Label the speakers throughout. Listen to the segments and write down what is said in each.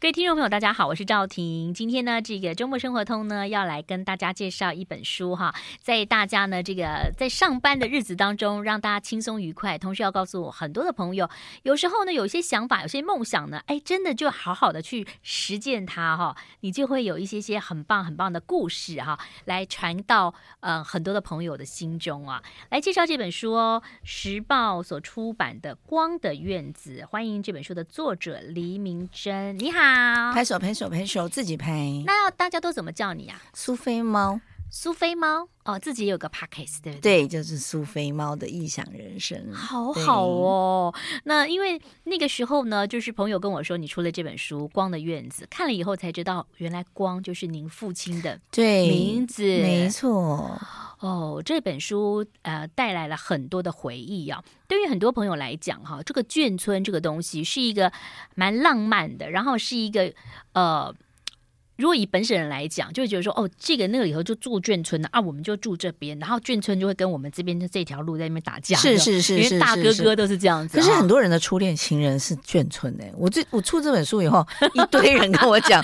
Speaker 1: 各位听众朋友，大家好，我是赵婷。今天呢，这个周末生活通呢，要来跟大家介绍一本书哈，在大家呢这个在上班的日子当中，让大家轻松愉快。同时要告诉我很多的朋友，有时候呢，有一些想法，有些梦想呢，哎，真的就好好的去实践它哈，你就会有一些些很棒很棒的故事哈，来传到呃很多的朋友的心中啊。来介绍这本书哦，时报所出版的《光的院子》，欢迎这本书的作者黎明珍，你好。
Speaker 2: 拍手拍手拍手，自己拍。
Speaker 1: 那大家都怎么叫你啊？
Speaker 2: 苏菲猫，
Speaker 1: 苏菲猫哦，自己也有个 pockets，对不对？
Speaker 2: 对，就是苏菲猫的异想人生。
Speaker 1: 好好哦，那因为那个时候呢，就是朋友跟我说你出了这本书《光的院子》，看了以后才知道，原来光就是您父亲的
Speaker 2: 对，
Speaker 1: 名字，
Speaker 2: 没错。
Speaker 1: 哦，这本书呃带来了很多的回忆啊。对于很多朋友来讲，哈，这个眷村这个东西是一个蛮浪漫的，然后是一个呃。如果以本省人来讲，就会觉得说，哦，这个那个以后就住眷村的啊，我们就住这边，然后眷村就会跟我们这边的这条路在那边打架，
Speaker 2: 是是是，
Speaker 1: 因为大哥啊哥都是这样子。
Speaker 2: 可是很
Speaker 1: 多
Speaker 2: 多人的初恋情人是眷村哎、我这我出这本书以后， 一堆人跟我 讲，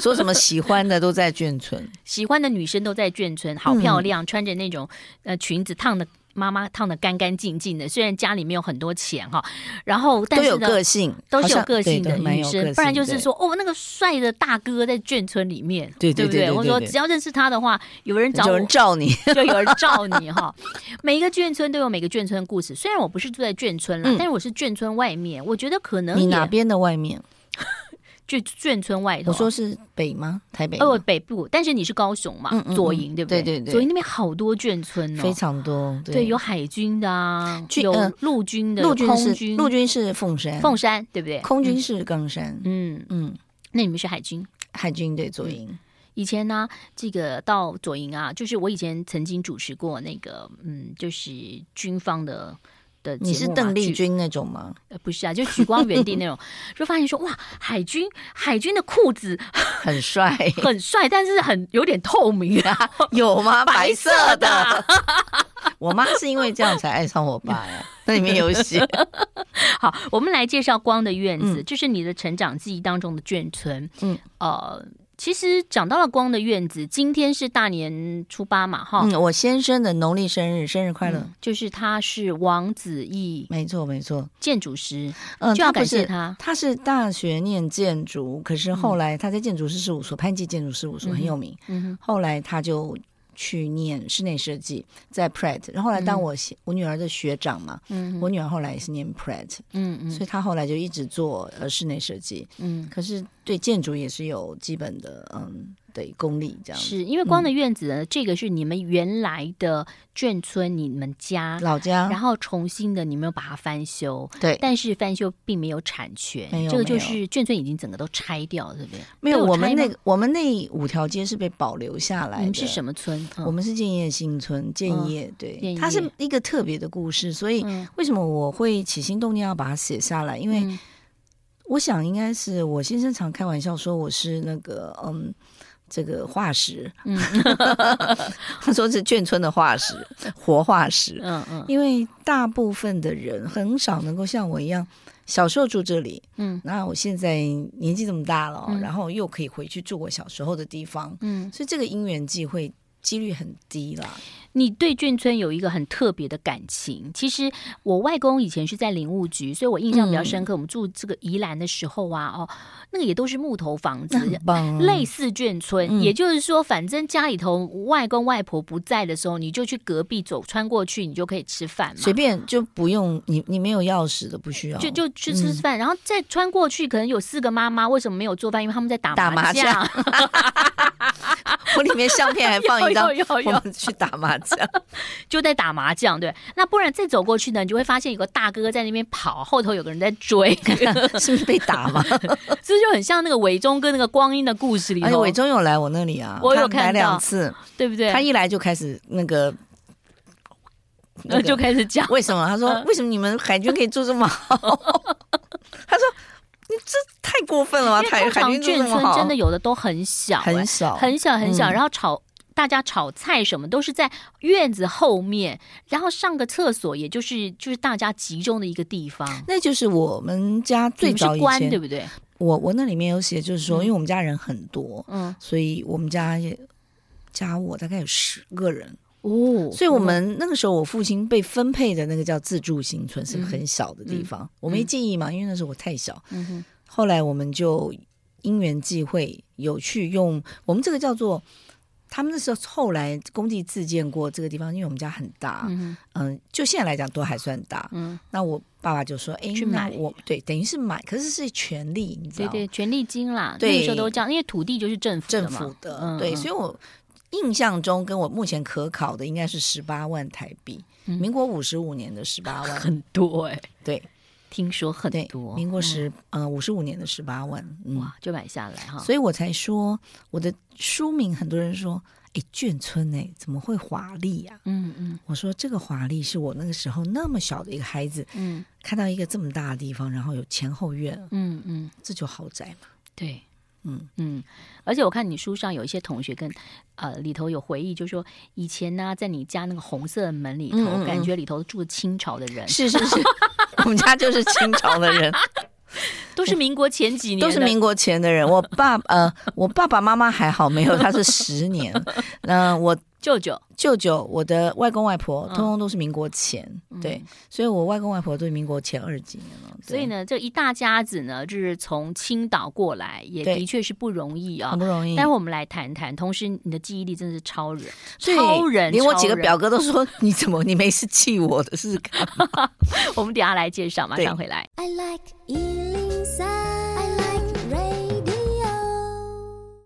Speaker 2: 说什么喜欢的都在眷村，
Speaker 1: 喜欢的女生都在眷村，好
Speaker 2: 嗯
Speaker 1: 漂亮，穿着那种呃裙子烫的。妈妈烫的干干净净的，虽然家里面有很多钱哈，然后但
Speaker 2: 都
Speaker 1: 是
Speaker 2: 有
Speaker 1: 呢
Speaker 2: 个性，
Speaker 1: 都
Speaker 2: 好
Speaker 1: 是有
Speaker 2: 像
Speaker 1: 个性的
Speaker 2: 对都蛮
Speaker 1: 女
Speaker 2: 有个
Speaker 1: 生，
Speaker 2: 性
Speaker 1: 不然就是
Speaker 2: 对
Speaker 1: 说哦，那个帅的大哥在眷村里面，
Speaker 2: 对
Speaker 1: 对
Speaker 2: 对
Speaker 1: 不
Speaker 2: 对对
Speaker 1: 我说
Speaker 2: 对对
Speaker 1: 只要认识他的话，有人找
Speaker 2: 有
Speaker 1: 我
Speaker 2: 人罩你，
Speaker 1: 就 有人罩你哈。每一个眷村都有每个眷村的故事，虽然我不是住在眷村啦，
Speaker 2: 嗯
Speaker 1: 但是我是眷村外面，我觉得可能
Speaker 2: 你
Speaker 1: 也
Speaker 2: 哪边的外面？
Speaker 1: 就眷村外头
Speaker 2: 我
Speaker 1: 啊。
Speaker 2: 说是北吗？台北吗？
Speaker 1: 哦，北部，但是你是高雄嘛，
Speaker 2: 嗯嗯嗯
Speaker 1: 左营对不对？
Speaker 2: 对对对
Speaker 1: 左营那边好多眷村哦，
Speaker 2: 非常多，
Speaker 1: 对，有海军的啊，
Speaker 2: 军
Speaker 1: 有
Speaker 2: 呃
Speaker 1: 陆军的，
Speaker 2: 陆
Speaker 1: 有
Speaker 2: 军
Speaker 1: 空
Speaker 2: 是
Speaker 1: 军，
Speaker 2: 陆军是凤山，
Speaker 1: 凤山对不对？
Speaker 2: 空军是冈山，
Speaker 1: 嗯，嗯，
Speaker 2: 嗯，
Speaker 1: 那你们是海军？
Speaker 2: 海军对左
Speaker 1: 嗯
Speaker 2: 营，
Speaker 1: 以前呢、这个到左营啊，就是我以前曾经主持过那个，嗯，就是军方的的节目、
Speaker 2: 你
Speaker 1: 啊。
Speaker 2: 是邓丽
Speaker 1: 举、
Speaker 2: 君那种吗？
Speaker 1: 呃不是啊，就举光原地那种，就发现说哇，海军海军的裤子
Speaker 2: 很帅，
Speaker 1: 很帅，但是很有点透明啊，
Speaker 2: 有吗？白色
Speaker 1: 的
Speaker 2: 的。
Speaker 1: 啊。
Speaker 2: 我妈是因为这样才爱上我 爸呀，那里面有写。
Speaker 1: 好，我们来介绍《光的院子》就是你的成长记忆当中的眷村。
Speaker 2: 嗯，
Speaker 1: 呃，其实讲到了《光的院子》，今天是大年初八嘛，哈。
Speaker 2: 嗯，我先生的农历生日，生日快乐。
Speaker 1: 嗯就是他是王子义
Speaker 2: 没错，没错，
Speaker 1: 建筑师，
Speaker 2: 嗯，
Speaker 1: 就要
Speaker 2: 不
Speaker 1: 感谢
Speaker 2: 是
Speaker 1: 他。
Speaker 2: 他是大学念建筑，可是后来他在建筑师事务所，潘记建筑事务所很有名。
Speaker 1: 嗯哼，
Speaker 2: 后来他就去念室内设计，在 Pratt。然后后来当我学、我女儿的学长嘛，
Speaker 1: 嗯
Speaker 2: 我女儿后来也是念 Pratt，、
Speaker 1: 嗯嗯
Speaker 2: 所以她后来就一直做呃室内设计。
Speaker 1: 嗯，
Speaker 2: 可是对建筑也是有基本的嗯的功力这样子。嗯
Speaker 1: 是因为光的院子呢，这个是你们原来的眷村，你们家，
Speaker 2: 老
Speaker 1: 然
Speaker 2: 家
Speaker 1: 后重新的你们又把它翻修，
Speaker 2: 对，
Speaker 1: 但是翻修并没有产权
Speaker 2: 没，有
Speaker 1: 这个就
Speaker 2: 没有
Speaker 1: 是眷村已经整个都拆掉了，对不对？
Speaker 2: 没有
Speaker 1: 都
Speaker 2: 我们
Speaker 1: 拆吗
Speaker 2: 那个我们那五条街是被保留下来的。
Speaker 1: 你嗯们是什么村？
Speaker 2: 我们是建业新村，建业、
Speaker 1: 建
Speaker 2: 对
Speaker 1: 业，
Speaker 2: 它是一个特别的故事，所以
Speaker 1: 嗯
Speaker 2: 为什么我会起心动念要把它写下来？因为
Speaker 1: 嗯
Speaker 2: 我想应该是我先生常开玩笑说我是那个嗯。这个化石，
Speaker 1: 嗯
Speaker 2: 他说是眷村的化石，活化石。
Speaker 1: 嗯嗯
Speaker 2: 因为大部分的人很少能够像我一样，小时候住这里，
Speaker 1: 嗯
Speaker 2: 那我现在年纪这么大了哦、
Speaker 1: 嗯
Speaker 2: 然后又可以回去住我小时候的地方，
Speaker 1: 嗯，
Speaker 2: 所以这个因缘际会几率很低啦。
Speaker 1: 你对眷村有一个很特别的感情。其实我外公以前是在林务局，所以我印象比较
Speaker 2: 嗯
Speaker 1: 深刻。我们住这个宜兰的时候啊，哦，那个也都是木头房子
Speaker 2: 那，很棒、啊，
Speaker 1: 类似眷村，
Speaker 2: 嗯
Speaker 1: 也就是说，反正家里头外公外婆不在的时候，你就去隔壁走穿过去，你就可以吃饭嘛，
Speaker 2: 随便就不用你，你没有钥匙的不需要，
Speaker 1: 就就去吃
Speaker 2: 嗯
Speaker 1: 饭，然后再穿过去，可能有四个妈妈，为什么没有做饭？因为他们在打
Speaker 2: 打麻
Speaker 1: 将。
Speaker 2: 将我里面相片还放一张
Speaker 1: 有，有有
Speaker 2: 我
Speaker 1: 有，
Speaker 2: 们去打麻 将，
Speaker 1: 就在打麻将，对。那不然再走过去呢，你就会发现有个大哥在那边跑，后头有个人在 追，
Speaker 2: 是不是被打 嘛？
Speaker 1: 这就很像那个伟忠跟那个光阴的故事里
Speaker 2: 而且
Speaker 1: 头，
Speaker 2: 伟忠有来哎我那里啊，
Speaker 1: 我有
Speaker 2: 他来
Speaker 1: 看到
Speaker 2: 两次，
Speaker 1: 对不对？
Speaker 2: 他一来就开始那个，那
Speaker 1: 就
Speaker 2: 个
Speaker 1: 开始 讲，
Speaker 2: 为什么？他说
Speaker 1: 嗯
Speaker 2: 为什么你们海军可以做这么好？ 他说你这太过分了吧？
Speaker 1: 因为
Speaker 2: 海
Speaker 1: 通
Speaker 2: 海
Speaker 1: 常
Speaker 2: 军做这
Speaker 1: 眷
Speaker 2: 么
Speaker 1: 村
Speaker 2: 好啊
Speaker 1: 真的，有的都很小、哎
Speaker 2: 很少，
Speaker 1: 很小很小，
Speaker 2: 嗯
Speaker 1: 然后炒大家炒菜什么都是在院子后面，然后上个厕所，也就是就是大家集中的一个地方。
Speaker 2: 那就是我们家
Speaker 1: 你
Speaker 2: 最
Speaker 1: 们是
Speaker 2: 早以
Speaker 1: 关对
Speaker 2: 前，
Speaker 1: 不对？
Speaker 2: 我我那里面有写，就是说，
Speaker 1: 嗯
Speaker 2: 因为我们家人很多，
Speaker 1: 嗯，
Speaker 2: 所以我们家也加我大概有十个人，
Speaker 1: 哦，
Speaker 2: 所以我们那个时候我父亲被分配的那个叫自助新村是个很小的地方，我没记忆嘛，因为那时候我太小。
Speaker 1: 嗯哼，
Speaker 2: 后来我们就因缘际会有去用我们这个叫做。他们那时候后来工地自建过这个地方，因为我们家很大，
Speaker 1: 嗯哼，
Speaker 2: 嗯，就现在来讲都还算大。
Speaker 1: 嗯，
Speaker 2: 那我爸爸就说：“哎，
Speaker 1: 去
Speaker 2: 那
Speaker 1: 买
Speaker 2: 我对，等于是买，可是是权利，你知
Speaker 1: 对
Speaker 2: 道吗？
Speaker 1: 对，权利金啦，
Speaker 2: 对
Speaker 1: 那个时候都这样，因为土地就是政府
Speaker 2: 政
Speaker 1: 嘛
Speaker 2: 府的，
Speaker 1: 嗯
Speaker 2: 对，
Speaker 1: 嗯
Speaker 2: 所以我印象中跟我目前可考的应该是十八万台币，
Speaker 1: 嗯
Speaker 2: 民国五十五年的十八万，
Speaker 1: 很多哎，
Speaker 2: 对
Speaker 1: 听说很
Speaker 2: 对
Speaker 1: 多，，嗯
Speaker 2: 民国十呃五十五年的十八万，嗯，
Speaker 1: 哇，就买下来哈，
Speaker 2: 所以我才说我的书名，很多人说，哎，眷村哎，怎么会华丽呀、
Speaker 1: 嗯嗯
Speaker 2: 我说这个华丽是我那个时候那么小的一个孩子，
Speaker 1: 嗯
Speaker 2: 看到一个这么大的地方，然后有前后院，
Speaker 1: 嗯嗯，
Speaker 2: 这就豪宅嘛。
Speaker 1: 对。
Speaker 2: 嗯
Speaker 1: 嗯，而且我看你书上有一些同学跟呃里头有回忆，就说以前呢、在你家那个红色的门里头，
Speaker 2: 嗯嗯嗯
Speaker 1: 感觉里头住清朝的人，
Speaker 2: 是是是， 我们家就是清朝的人，
Speaker 1: 都是民国前几年的，
Speaker 2: 都是民国前的人。我 爸呃，我爸爸妈妈还好没有，他是十年。那、我
Speaker 1: 舅舅，
Speaker 2: 舅舅、我的外公外婆，
Speaker 1: 嗯
Speaker 2: 通通都是民国前，对，所以我外公外婆都是民国前二十几年了。对
Speaker 1: 所以，呢，这一大家子呢，就是从青岛过来，也
Speaker 2: 对
Speaker 1: 的确是不容易啊、
Speaker 2: 很不容易。
Speaker 1: 待会我们来谈谈，同时你的记忆力真的是超人，
Speaker 2: 对
Speaker 1: 超人，
Speaker 2: 连我几个
Speaker 1: 超人
Speaker 2: 表，哥都说：“你怎么你没事气我的是干嘛
Speaker 1: 我们等一下来介绍，马
Speaker 2: 对
Speaker 1: 上回来。
Speaker 3: I like Ealing Sound. I like radio.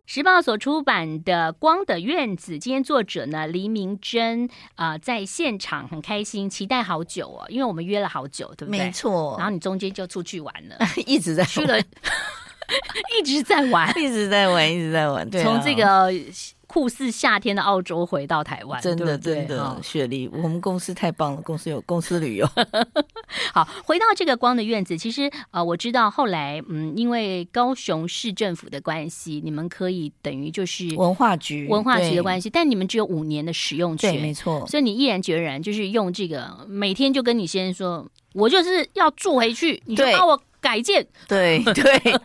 Speaker 1: 时报所出版的《光的院子》，今天作者呢黎明珍啊、呃在现场很开心，期待好久哦，因为我们约了好久， 对不对？
Speaker 2: 没。错
Speaker 1: 然，后你中间就出去玩 了，
Speaker 2: 一直在去
Speaker 1: 去了， 一直在玩，
Speaker 2: 一直在玩，一直在玩。 对啊、
Speaker 1: 从这个酷似夏天的澳洲回到台湾，
Speaker 2: 真的
Speaker 1: 对不对
Speaker 2: 真的、
Speaker 1: 哦
Speaker 2: 雪梨，我们公司太棒了，公司有公司 旅游。
Speaker 1: 好，回到这个光的院子，其实呃，我知道后来嗯，因为高雄市政府的关系，你们可以等于就是
Speaker 2: 文化局，
Speaker 1: 文化局的
Speaker 2: 系，
Speaker 1: 关系，但你们只有五年的使用
Speaker 2: 对，没
Speaker 1: 权，
Speaker 2: 错，
Speaker 1: 所以你毅然决然就是用这个，每天就跟你先生说，我就是要住回去，你就
Speaker 2: 对
Speaker 1: 帮我改建，
Speaker 2: 对对。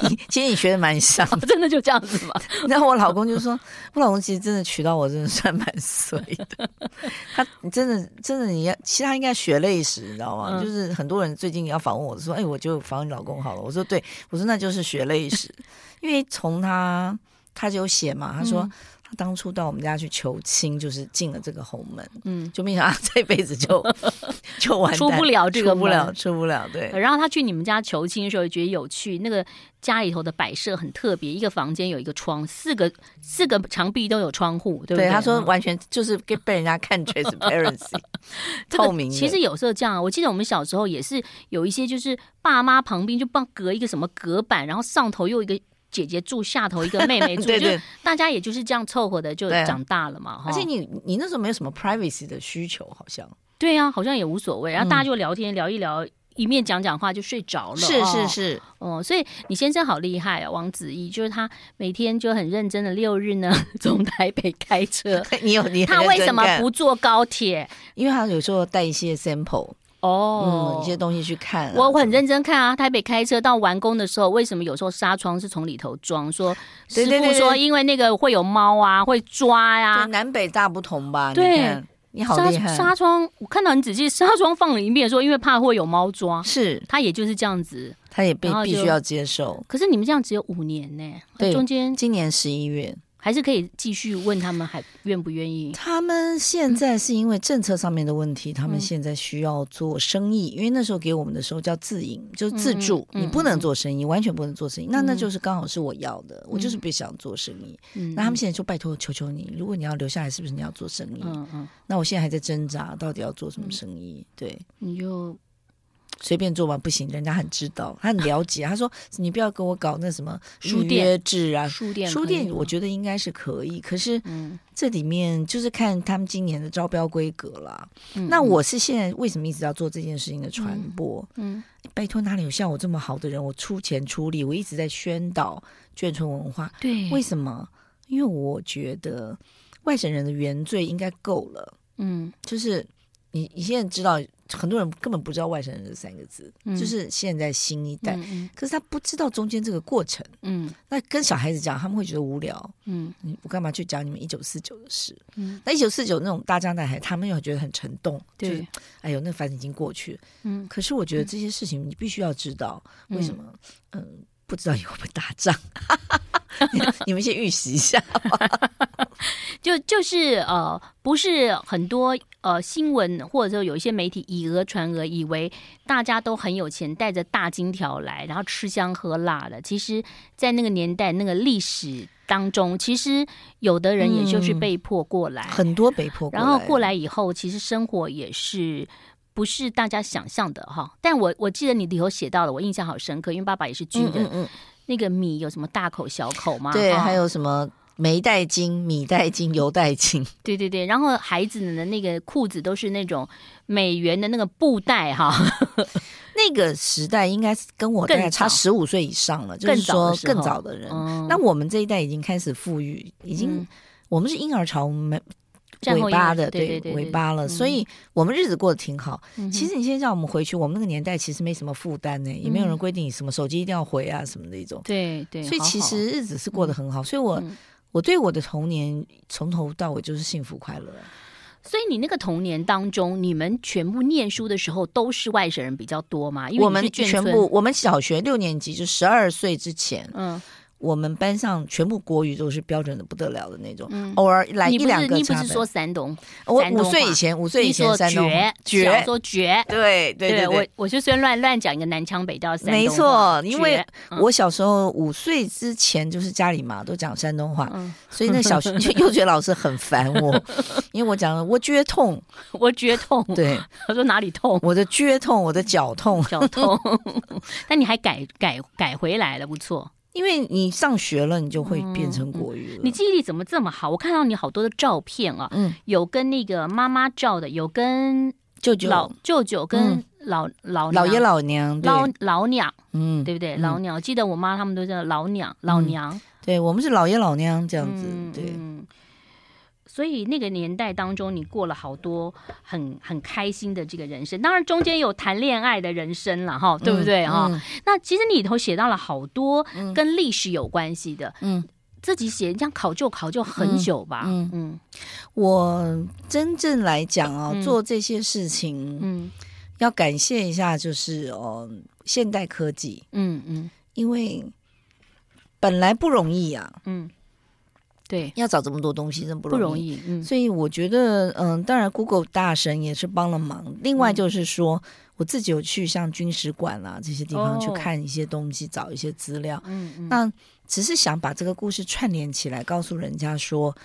Speaker 2: 你其实你学的蛮像，
Speaker 1: 真的就这样子 吗？
Speaker 2: 然后我老公就说，我老公其实真的娶到我，真的算蛮衰的。 他真的真的，你要其实他应该血泪史，你知道吗？
Speaker 1: 嗯
Speaker 2: 就是很多人最近要访问我说，哎，我就访问你老公好了。我说对，我说那就是血泪史， 因为从他他就有写嘛，他说。
Speaker 1: 嗯
Speaker 2: 他当初到我们家去求亲，就是进了这个后门，
Speaker 1: 嗯。
Speaker 2: 就没想到这辈子就 就完蛋，
Speaker 1: 出不了这个
Speaker 2: 出不了，
Speaker 1: 门
Speaker 2: 出不了，对，
Speaker 1: 然后他去你们家求亲的时候，也觉得有趣。那个家里头的摆设很特别，一个房间有一个窗，四个四个墙壁都有窗户，对不对？
Speaker 2: 他说
Speaker 1: 嗯
Speaker 2: 完全就是给被人家看 transparency，
Speaker 1: 这个
Speaker 2: 透明的。
Speaker 1: 其实有时候这样啊，我记得我们小时候也是有一些，就是爸妈旁边就帮隔一个什么隔板，然后上头又一个姐姐住，下头一个妹 妹住，
Speaker 2: 对对
Speaker 1: 就是大家也就是这样凑合的就
Speaker 2: 对啊
Speaker 1: 长大了嘛。哈
Speaker 2: 而且你你那时候没有什么 privacy 的需求，好像
Speaker 1: 对呀、好像也无所谓，然后大家就聊天、聊一聊。一面讲讲话就睡着了，哦
Speaker 2: 嗯是，
Speaker 1: 哦，所以你先生好厉害啊，王子怡，就是他每天就很认真的六日呢 从台北开 车，
Speaker 2: 你有你很
Speaker 1: 他为
Speaker 2: 认真
Speaker 1: 什么
Speaker 2: 干
Speaker 1: 不？坐高铁？
Speaker 2: 因为他有时候带一些 sample，
Speaker 1: 哦，
Speaker 2: 嗯，一些东西去看啊。
Speaker 1: 我很认真看啊，台北开车到完工的时候，为什么有时候纱窗是从里头装？说
Speaker 2: 对
Speaker 1: 师
Speaker 2: 对
Speaker 1: 傅
Speaker 2: 对
Speaker 1: 说，
Speaker 2: 对
Speaker 1: 因为那个会有猫啊，会抓
Speaker 2: 就
Speaker 1: 呀、
Speaker 2: 南北大不同吧？你
Speaker 1: 对
Speaker 2: 看，你好
Speaker 1: 纱
Speaker 2: 厉害，
Speaker 1: 纱窗，我看到你仔细纱窗放了一面，说因为怕会有猫抓，
Speaker 2: 是，
Speaker 1: 他也就是这样子。
Speaker 2: 他也被
Speaker 1: 然后
Speaker 2: 必
Speaker 1: 就
Speaker 2: 须要接受。
Speaker 1: 可是你们这样只有五年呢、
Speaker 2: 对
Speaker 1: 中间
Speaker 2: 今年十一月，
Speaker 1: 还是可以继续问他们还愿不愿意。
Speaker 2: 他们现在是因为政策上面的问题，
Speaker 1: 嗯
Speaker 2: 他们现在需要做生意，因为那时候给我们的时候叫自营，就是自助，
Speaker 1: 嗯嗯
Speaker 2: 你不能做生意，完全不能做生意。那那就是刚好是我要的，我就是不想做生意。
Speaker 1: 嗯，
Speaker 2: 那他们现在就拜托求求你，如果你要留下来，是不是你要做生意？
Speaker 1: 嗯嗯，
Speaker 2: 那我现在还在挣扎，到底要做什么生意？对，
Speaker 1: 你就
Speaker 2: 随便做吧，不行，人家很知道，他很了 解。他说你不要跟我搞那什么
Speaker 1: 书
Speaker 2: 预
Speaker 1: 店
Speaker 2: 约制啊。
Speaker 1: 书店
Speaker 2: 书
Speaker 1: 可以
Speaker 2: 店
Speaker 1: 吗
Speaker 2: 我觉得应该是可以，可是
Speaker 1: 嗯，
Speaker 2: 这里面就是看他们今年的招标规格啦。
Speaker 1: 嗯
Speaker 2: 那我是现在为什么一直要做这件事情的传播？
Speaker 1: 嗯
Speaker 2: 拜托，哪里有像我这么好的人？我出钱出力，我一直在宣导眷村文化。
Speaker 1: 对，
Speaker 2: 为什么？因为我觉得外省人的原罪应该够了，
Speaker 1: 嗯
Speaker 2: 就是你你现在知道很多人根本不知道“外省人”这三个字，
Speaker 1: 嗯
Speaker 2: 就是现在新一代，
Speaker 1: 嗯
Speaker 2: 可是他不知道中间这个过程。
Speaker 1: 嗯
Speaker 2: 那跟小孩子讲，他们会觉得无聊。
Speaker 1: 嗯
Speaker 2: 你我干嘛去讲你们一九四九的事？
Speaker 1: 嗯
Speaker 2: 那一九四九那种大江南海，他们又觉得很沉重，就
Speaker 1: 对
Speaker 2: 是哎呦，那反正已经过去了。
Speaker 1: 嗯
Speaker 2: 可是我觉得这些事情你必须要知道，为什
Speaker 1: 嗯
Speaker 2: 么？嗯、不知道以后会打仗， 你你们先预习 一下。
Speaker 1: 就就是呃，不是很多呃新闻或者说有一些媒体以讹传讹，以为大家都很有钱，带着大金条来，然后吃香喝辣的。其实，在那个年代、那个历史当中，其实有的人也就是
Speaker 2: 嗯
Speaker 1: 被迫过来，
Speaker 2: 很多北坡，
Speaker 1: 然后过，来以后，其实生活也是。不是大家想象的哈，但我我记得你里头写到了，我印象好深刻，因为爸爸也是军
Speaker 2: 嗯
Speaker 1: 人，
Speaker 2: 嗯嗯，
Speaker 1: 那个米有什么大口小口吗？
Speaker 2: 对，
Speaker 1: 哈
Speaker 2: 还有什么煤代金、米代金、油代金，
Speaker 1: 对对对，然后孩子的那个裤子都是那种美元的那个布带哈，
Speaker 2: 那个时代应该是跟我大概
Speaker 1: 更
Speaker 2: 差
Speaker 1: 早
Speaker 2: 十五岁以上了，就
Speaker 1: 更
Speaker 2: 是
Speaker 1: 早
Speaker 2: 说
Speaker 1: 的时候
Speaker 2: 更早的人。
Speaker 1: 嗯
Speaker 2: 那我们这一代已经开始富裕，已经、
Speaker 1: 嗯
Speaker 2: 我们是婴儿潮，我们
Speaker 1: 战后
Speaker 2: 尾巴
Speaker 1: 婴儿
Speaker 2: 的，
Speaker 1: 对对对
Speaker 2: 尾
Speaker 1: 对
Speaker 2: 巴了，
Speaker 1: 嗯
Speaker 2: 所以我们日子过得挺好。
Speaker 1: 嗯哼
Speaker 2: 其实你现在叫我们回去，我们那个年代其实没什么负担呢，也没有人规定你什么手机一定要回啊什么的一种。
Speaker 1: 对嗯对，
Speaker 2: 所以
Speaker 1: 好
Speaker 2: 其
Speaker 1: 好
Speaker 2: 实日子是过得很好，所以我、
Speaker 1: 嗯
Speaker 2: 我对我的童年从头到尾就是幸福快乐。
Speaker 1: 所以你那个童年当中，你们全部念书的时候都是外省人比较多嘛？因为
Speaker 2: 我
Speaker 1: 你
Speaker 2: 们
Speaker 1: 是眷
Speaker 2: 全
Speaker 1: 村
Speaker 2: 部，我们小学六年级就十二岁之前，
Speaker 1: 嗯
Speaker 2: 我们班上全部国语都是标准的不得了的那种，
Speaker 1: 嗯。
Speaker 2: 偶尔哦来
Speaker 1: 你
Speaker 2: 一
Speaker 1: 不
Speaker 2: 两
Speaker 1: 是
Speaker 2: 个
Speaker 1: 你不
Speaker 2: 差
Speaker 1: 是
Speaker 2: 别。
Speaker 1: 说山东，
Speaker 2: 我
Speaker 1: 山
Speaker 2: 五
Speaker 1: 东
Speaker 2: 岁
Speaker 1: 话
Speaker 2: 以前，五岁以
Speaker 1: 你
Speaker 2: 前
Speaker 1: 说
Speaker 2: 山东
Speaker 1: 绝，小
Speaker 2: 绝，
Speaker 1: 说绝，
Speaker 2: 对对对对
Speaker 1: 我我就先乱乱讲一个南腔北调山东
Speaker 2: 没
Speaker 1: 话
Speaker 2: 错，因为
Speaker 1: 绝嗯
Speaker 2: 我小时候五岁之前就是家里嘛都讲山东话，
Speaker 1: 嗯
Speaker 2: 所以那小学幼稚园老师很烦我，因为我讲了我撅痛，
Speaker 1: 我觉痛，
Speaker 2: 对
Speaker 1: 他说哪里痛，
Speaker 2: 我的撅痛，我的脚痛，
Speaker 1: 脚痛， 但你还改改改回来了，不错。
Speaker 2: 因为你上学了，你就会变成国语了。
Speaker 1: 嗯你记忆力怎么这么好？我看到你好多的照片啊，
Speaker 2: 嗯，
Speaker 1: 有跟那个妈妈照的，有跟
Speaker 2: 舅舅
Speaker 1: 老舅舅跟老、老
Speaker 2: 老爷
Speaker 1: 娘
Speaker 2: 老娘，对
Speaker 1: 老老娘，
Speaker 2: 嗯，
Speaker 1: 对不对？
Speaker 2: 嗯
Speaker 1: 老娘，我记得我妈他们都叫老娘老娘
Speaker 2: 对我们是老爷老娘这
Speaker 1: 这
Speaker 2: 样子，对。
Speaker 1: 嗯所以那个年代当中，你过了好多很很开心的这个人生，当然中间有谈恋爱的人生了哈，对不对啊哈？
Speaker 2: 嗯
Speaker 1: 那其实你里头写到了好多
Speaker 2: 嗯
Speaker 1: 跟历史有关系的，
Speaker 2: 嗯，
Speaker 1: 自己写这样考究考究很久吧，嗯
Speaker 2: 嗯
Speaker 1: 嗯
Speaker 2: 我真正来讲啊、
Speaker 1: 嗯
Speaker 2: 做这些事情、
Speaker 1: 嗯
Speaker 2: 要感谢一下，就是哦，现代科技，
Speaker 1: 嗯嗯
Speaker 2: 因为本来不容易啊，
Speaker 1: 嗯，对，
Speaker 2: 要找这么多东西真不
Speaker 1: 不容
Speaker 2: 易。
Speaker 1: 易，嗯
Speaker 2: 所以我觉得，嗯，当然，Google 大神也是帮了忙。另外就是说，我自己有去像军史馆啊这些地方
Speaker 1: 哦
Speaker 2: 去看一些东西，找一些资料。
Speaker 1: 嗯嗯，
Speaker 2: 那只是想把这个故事串联起来，告诉人家说，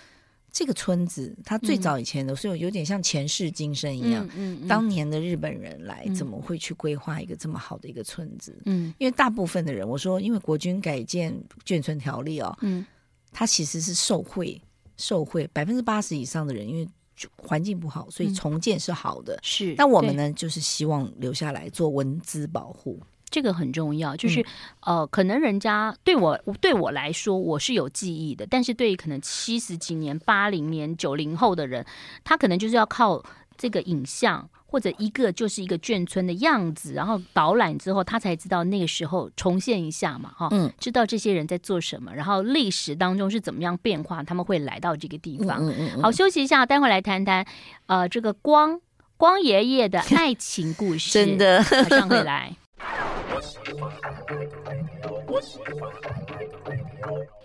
Speaker 2: 这个村子它最早以前的，所以有点像前世今生一样，
Speaker 1: 嗯嗯嗯
Speaker 2: 当年的日本人来
Speaker 1: 嗯
Speaker 2: 怎么会去规划一个这么好的一个村子？
Speaker 1: 嗯
Speaker 2: 因为大部分的人，我说，因为国军改建眷村条例哦，
Speaker 1: 嗯
Speaker 2: 它其实是受贿，受贿百分之八十以上的人，因为就环境不好，所以
Speaker 1: 嗯
Speaker 2: 重建是好的。
Speaker 1: 是，
Speaker 2: 那我
Speaker 1: 对
Speaker 2: 们呢，就是希望留下来做文资保护。
Speaker 1: 这个很重要，就是、
Speaker 2: 嗯
Speaker 1: 呃，可能人家对我对我来说我是有记忆的，但是对于可能七十几年、八零年、九零后的人，他可能就是要靠这个影像。或者一个就是一个眷村的样子，然后导览之后，他才知道那个时候重现一下嘛，哈、
Speaker 2: 嗯
Speaker 1: 知道这些人在做什么，然后历史当中是怎么样变化，他们会来到这个地方。
Speaker 2: 嗯嗯
Speaker 1: 好，休息一下，待会来谈谈，呃，这个光光爷爷的爱情故事，
Speaker 2: 真的。
Speaker 1: 马上回来。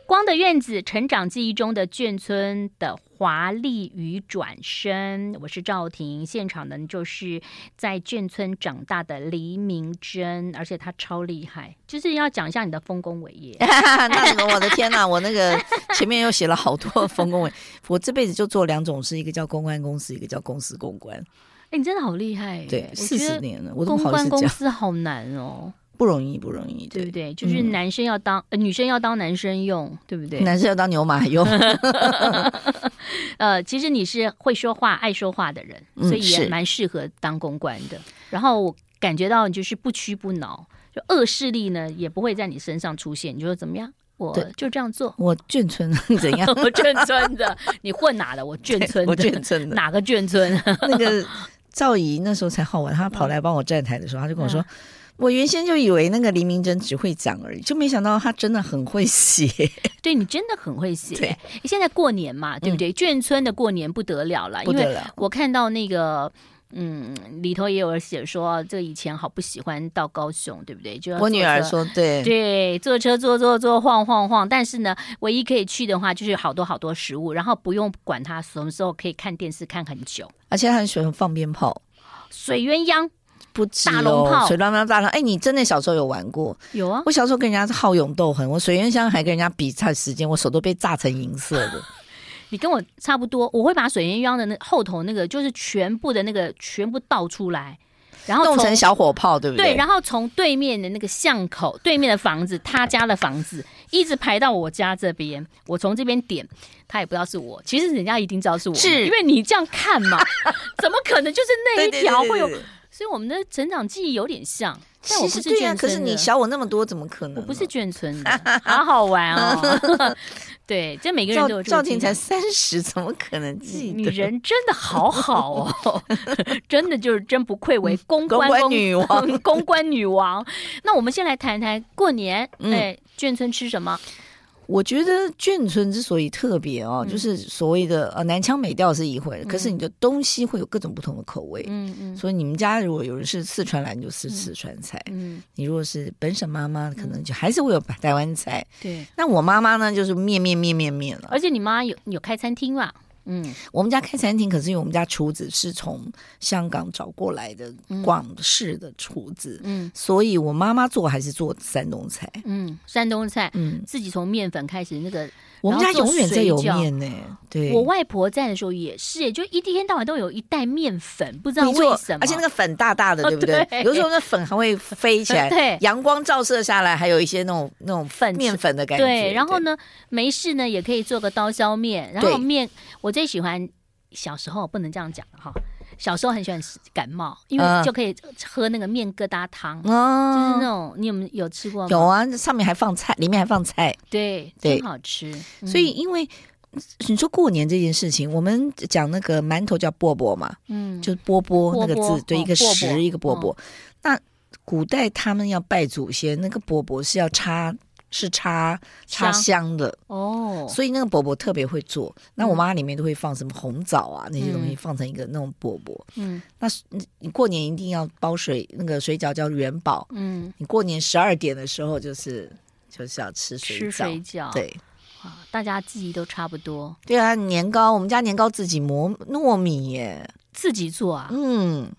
Speaker 1: 光的院子，成长记忆中的眷村的华丽与转身。我是赵婷，现场呢就是在眷村长大的黎明珍，而且他超厉害，就是要讲一下你的丰功伟 业。哎
Speaker 2: 那什么，我的天呐， 我那个前面又写了好多丰功伟，我这辈子就做两种事，一个叫公关公司，一个叫公司公关。
Speaker 1: 哎，你真的好厉害耶！
Speaker 2: 对，
Speaker 1: 我
Speaker 2: 四
Speaker 1: 觉
Speaker 2: 十
Speaker 1: 得
Speaker 2: 年了，我都
Speaker 1: 公
Speaker 2: 不好意
Speaker 1: 关
Speaker 2: 思
Speaker 1: 公
Speaker 2: 讲，
Speaker 1: 司好难哦，
Speaker 2: 不容易，不容易。
Speaker 1: 对不
Speaker 2: 对，
Speaker 1: 对？就是
Speaker 2: 嗯
Speaker 1: 男生要当、呃女生要当男生用，对不对？
Speaker 2: 男生要当牛 马用。
Speaker 1: 呃，其实你是会说话、爱说话的人，
Speaker 2: 嗯
Speaker 1: 所以也
Speaker 2: 是
Speaker 1: 蛮适合当公关的。然后我感觉到你就是不屈不挠，就恶势力呢也不会在你身上出现。你就说怎么样，我
Speaker 2: 对。
Speaker 1: 就这样做
Speaker 2: 我眷村 怎样？
Speaker 1: 我眷村的，你混哪的？我眷村的，
Speaker 2: 我眷村的
Speaker 1: 哪个眷村？啊
Speaker 2: 那个赵姨那时候才好玩，她
Speaker 1: 嗯
Speaker 2: 跑来帮我站台的时候，她就跟我说。我原先就以为那个黎明真只会讲而已，就没想到她真的很会写。
Speaker 1: 对你真的很会写
Speaker 2: 对。嗯
Speaker 1: 现在过年嘛，对不对？眷村的过年不得了了，
Speaker 2: 不
Speaker 1: 因
Speaker 2: 得
Speaker 1: 为
Speaker 2: 了
Speaker 1: 我看到那个。嗯，里头也有人写说，这以前好不喜欢到高雄，对不对？就要
Speaker 2: 我女儿
Speaker 1: 坐车，
Speaker 2: 说，对，
Speaker 1: 对，坐车坐坐坐晃晃晃，但是呢，唯一可以去的话就是好多好多食物，然后不用管它什么时候可以看电视看很久，
Speaker 2: 而且她很喜欢放鞭炮，
Speaker 1: 水鸳鸯
Speaker 2: 不止
Speaker 1: 大龙
Speaker 2: 哦
Speaker 1: 炮
Speaker 2: 水乱乱大龙。哎，你真的小时候有玩过？
Speaker 1: 有啊，
Speaker 2: 我小时候跟人家好勇斗狠，我水鸳鸯还跟人家比赛时间，我手都被炸成银色 的。
Speaker 1: 你跟我差不多，我会把水鸳鸯的那后头那个就是全部的那个全部倒出来，然后
Speaker 2: 弄
Speaker 1: 哦从
Speaker 2: 成小火炮，对不
Speaker 1: 对，
Speaker 2: 对，
Speaker 1: 然后从对面的那个巷口，对面的房子，他家的房子，一直排到我家这边。我从这边点，他也不知道是我，其实人家一定知道是我嘛，
Speaker 2: 是
Speaker 1: 因为你这样看 嘛，怎么可能就是那一条会有？
Speaker 2: 对对对对对
Speaker 1: 所以我们的成长记忆有点像，但我
Speaker 2: 其
Speaker 1: 不
Speaker 2: 实
Speaker 1: 是
Speaker 2: 对呀、
Speaker 1: 眷
Speaker 2: 可是
Speaker 1: 村
Speaker 2: 你
Speaker 1: 的。
Speaker 2: 小我那么多，怎么可能呢？
Speaker 1: 我不是眷村 的，好好玩哦。对，这每个人都
Speaker 2: 赵
Speaker 1: 有这个
Speaker 2: 赵
Speaker 1: 经
Speaker 2: 婷
Speaker 1: 历
Speaker 2: 才三十，怎么可能记
Speaker 1: 你
Speaker 2: 得？
Speaker 1: 人真的好好哦， 真的就是真不愧为公
Speaker 2: 嗯公
Speaker 1: 关
Speaker 2: 关
Speaker 1: 公嗯
Speaker 2: 女王
Speaker 1: 公关女王。那我们先来谈谈过年，
Speaker 2: 嗯
Speaker 1: 哎，眷村吃什么？
Speaker 2: 我觉得眷村之所以特别
Speaker 1: 嗯
Speaker 2: 哦，就是所谓的呃南腔北调是一回，可是你的东西会有各种不同的口味。
Speaker 1: 嗯嗯
Speaker 2: 所以你们家如果有人是四川来，你就是四川菜；
Speaker 1: 嗯，
Speaker 2: 你如果是本省妈妈，可能就还是会有台湾菜。
Speaker 1: 对。
Speaker 2: 那我妈妈呢，就是面面面面面了。
Speaker 1: 而且你妈有有开餐厅嘛？嗯
Speaker 2: 我们家开餐厅，可是因为我们家厨子是从香港找过来的广式的厨子，
Speaker 1: 嗯
Speaker 2: 所以我妈妈做还是做山东菜。
Speaker 1: 嗯，山东菜。
Speaker 2: 嗯，
Speaker 1: 自己从面粉开始，那个
Speaker 2: 我们家
Speaker 1: 然后做
Speaker 2: 永远在有
Speaker 1: 水饺
Speaker 2: 面呢、对，
Speaker 1: 我外婆在的时候也是，就一天到晚都有一袋面粉，不知道
Speaker 2: 没
Speaker 1: 为
Speaker 2: 错
Speaker 1: 什么，，哦
Speaker 2: 而且那个粉大大的，对不对？
Speaker 1: 对
Speaker 2: 有时候那粉还会飞起 来，
Speaker 1: 对
Speaker 2: 阳光照射下来，还有一些那种那种
Speaker 1: 粉
Speaker 2: 面粉的感觉。
Speaker 1: 对，然后？呢，没事呢也可以做个刀削面，然后
Speaker 2: 对
Speaker 1: 面我最喜欢小时候不能这样讲哈，小时候很喜欢吃感冒，因为
Speaker 2: 嗯
Speaker 1: 就可以喝那个面疙瘩汤。就是那
Speaker 2: 啊，
Speaker 1: 种，你有没有有吃过吗？
Speaker 2: 有啊，那上面还放菜，里面还放菜，
Speaker 1: 对，
Speaker 2: 对
Speaker 1: 真好吃。嗯
Speaker 2: 所以，因为。你说过年这件事情，我们讲那个馒头叫饽饽嘛，
Speaker 1: 嗯，
Speaker 2: 就是波波
Speaker 1: 波
Speaker 2: 那个
Speaker 1: 波
Speaker 2: 字，对，
Speaker 1: 哦
Speaker 2: 一个
Speaker 1: 波波
Speaker 2: 十，一个波
Speaker 1: 嗯
Speaker 2: 波。那古代他们要拜祖先，那个波波是要插，是插插
Speaker 1: 香
Speaker 2: 香的，
Speaker 1: 哦，
Speaker 2: 所以那个饽饽特别会做。那我妈里面都会放什么红枣啊那些东西，
Speaker 1: 嗯
Speaker 2: 放成一个那种饽饽。
Speaker 1: 嗯
Speaker 2: 那是你你过年一定要包水，那个水饺叫元宝。
Speaker 1: 嗯，
Speaker 2: 你过年十二点的时候就是就是要吃水
Speaker 1: 吃
Speaker 2: 饺。
Speaker 1: 水饺，
Speaker 2: 对
Speaker 1: 哇，大家记忆都差不多，
Speaker 2: 对啊，年糕我们家年糕自己磨糯米耶，
Speaker 1: 自己做啊，
Speaker 2: 嗯，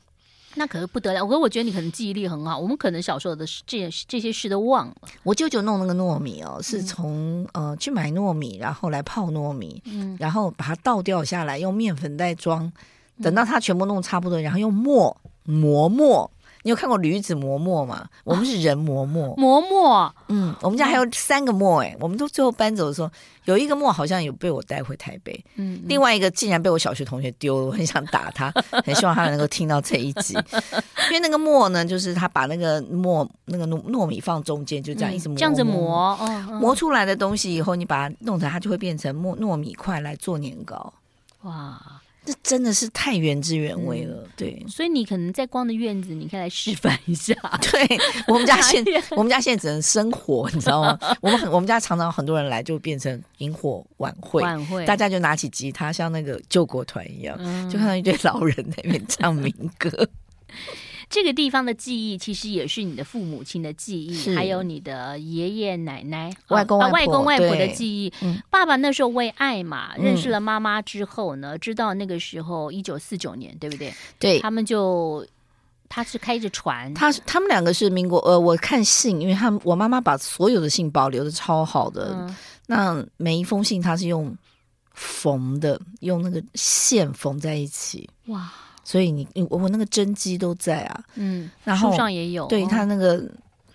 Speaker 1: 那可是不得了。可我觉得你可能记忆力很好，我们可能小时候的事这些这些事都忘了。
Speaker 2: 我舅舅弄那个糯米哦，是从、呃去买糯米，然后来泡糯米，
Speaker 1: 嗯
Speaker 2: 然后把它倒掉下来，用面粉袋装，等到它全部弄差不多，然后用磨磨磨。你有看过驴子磨磨吗？我们是人磨磨，
Speaker 1: 嬷嬷，
Speaker 2: 嗯，我们家还有三个磨哎、我们都最后搬走的时候，有一个磨好像有被我带回台北，
Speaker 1: 嗯，
Speaker 2: 另外一个竟然被我小学同学丢了，我很想打 他，很希望他能够听到这一集，因为那个磨呢，就是他把那个磨那个糯糯米放中间，就这样一直磨，
Speaker 1: 嗯这样子磨，嗯嗯
Speaker 2: 磨出来的东西以后，你把它弄成，它就会变成糯糯米块来做年糕。
Speaker 1: 哇！
Speaker 2: 这真的是太原汁原味了，
Speaker 1: 嗯
Speaker 2: 对
Speaker 1: 所以你可能在光的院子，你可以来示范一下。
Speaker 2: 对，我们家现
Speaker 1: 哎呀
Speaker 2: 我们家现在只能生火，你知道吗？我们很我们家常常很多人来就变成萤火晚 会，
Speaker 1: 晚会，
Speaker 2: 大家就拿起吉他，像那个救国团一样，
Speaker 1: 嗯
Speaker 2: 就看到一堆老人在那边唱民歌。
Speaker 1: 这个地方的记忆，其实也是你的父母亲的记忆，
Speaker 2: 是
Speaker 1: 还有你的爷爷奶奶、
Speaker 2: 外公
Speaker 1: 啊
Speaker 2: 外婆
Speaker 1: 外公外婆的
Speaker 2: 对
Speaker 1: 记忆
Speaker 2: 嗯。
Speaker 1: 爸爸那时候为爱嘛，
Speaker 2: 嗯
Speaker 1: 认识了妈妈之后呢，知道那个时候一九四九年，对 不对？
Speaker 2: 对
Speaker 1: 他们就他是开着船，
Speaker 2: 他他们两个是民国，呃，我看信，因为他们我妈妈把所有的信保留的超好的，
Speaker 1: 嗯
Speaker 2: 那每一封信它是用缝的，用那个线缝在一起，
Speaker 1: 哇，
Speaker 2: 所以你你我我那个针机都在啊。
Speaker 1: 嗯，
Speaker 2: 然后
Speaker 1: 书上也有，
Speaker 2: 对
Speaker 1: 哦
Speaker 2: 他，那个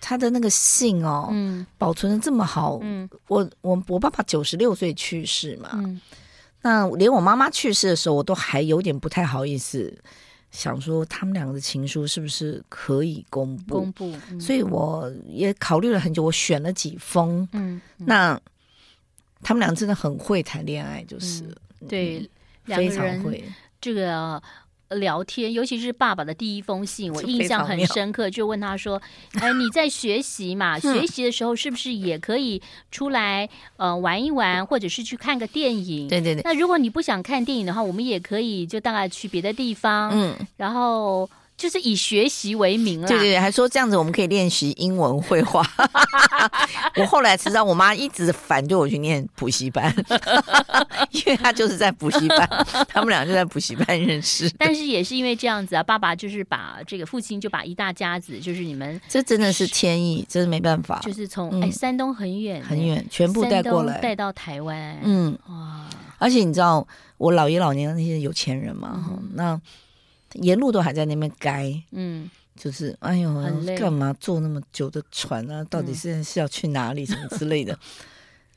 Speaker 2: 他的那个信哦，
Speaker 1: 嗯
Speaker 2: 保存的这么好，
Speaker 1: 嗯
Speaker 2: 我我我爸爸九十六岁去世嘛，
Speaker 1: 嗯，
Speaker 2: 那连我妈妈去世的时候，我都还有点不太好意思，想说他们两个的情书是不是可以公布？
Speaker 1: 公布，嗯
Speaker 2: 所以我也考虑了很久，我选了几封。
Speaker 1: 嗯，嗯
Speaker 2: 那他们俩真的很会谈恋爱，就是、
Speaker 1: 嗯对，两
Speaker 2: 嗯非
Speaker 1: 个
Speaker 2: 常
Speaker 1: 人
Speaker 2: 会。
Speaker 1: 这个聊天，尤其是爸爸的第一封信，我
Speaker 2: 这
Speaker 1: 印
Speaker 2: 非
Speaker 1: 象
Speaker 2: 常
Speaker 1: 很
Speaker 2: 妙嗯
Speaker 1: 深刻，就问他 说：“哎，你在学习嘛？学习的时候是不是也可以出来呃玩一玩，或者是去看个电影？”
Speaker 2: 对对对，
Speaker 1: 那如果你不想看电影的话，我们也可以就大概去别的地方，
Speaker 2: 嗯，
Speaker 1: 然后就是以学习为名啦。
Speaker 2: 对对对，还说这样子我们可以练习英文绘 画。我后来知道，我妈一直反对我去念补习 班，因为她就是在补习班，他们俩就在补习班认识的。
Speaker 1: 但是也是因为这样子啊，爸爸就是把这个父亲就把一大家子，就是你们
Speaker 2: 这真的是天意，真是没办法，
Speaker 1: 就是从、
Speaker 2: 嗯
Speaker 1: 哎山东很远
Speaker 2: 很
Speaker 1: 呢，
Speaker 2: 远，全部
Speaker 1: 山
Speaker 2: 带过
Speaker 1: 东
Speaker 2: 来。
Speaker 1: 带到台湾，
Speaker 2: 嗯，
Speaker 1: 哇，
Speaker 2: 而且你知道我姥爷老年那些有钱人嘛，哈那沿路都还在那边该。
Speaker 1: 嗯，
Speaker 2: 就是哎呦
Speaker 1: 很累，嗯
Speaker 2: 干嘛坐那么久的船啊？到底是是要去哪里什么 之类的？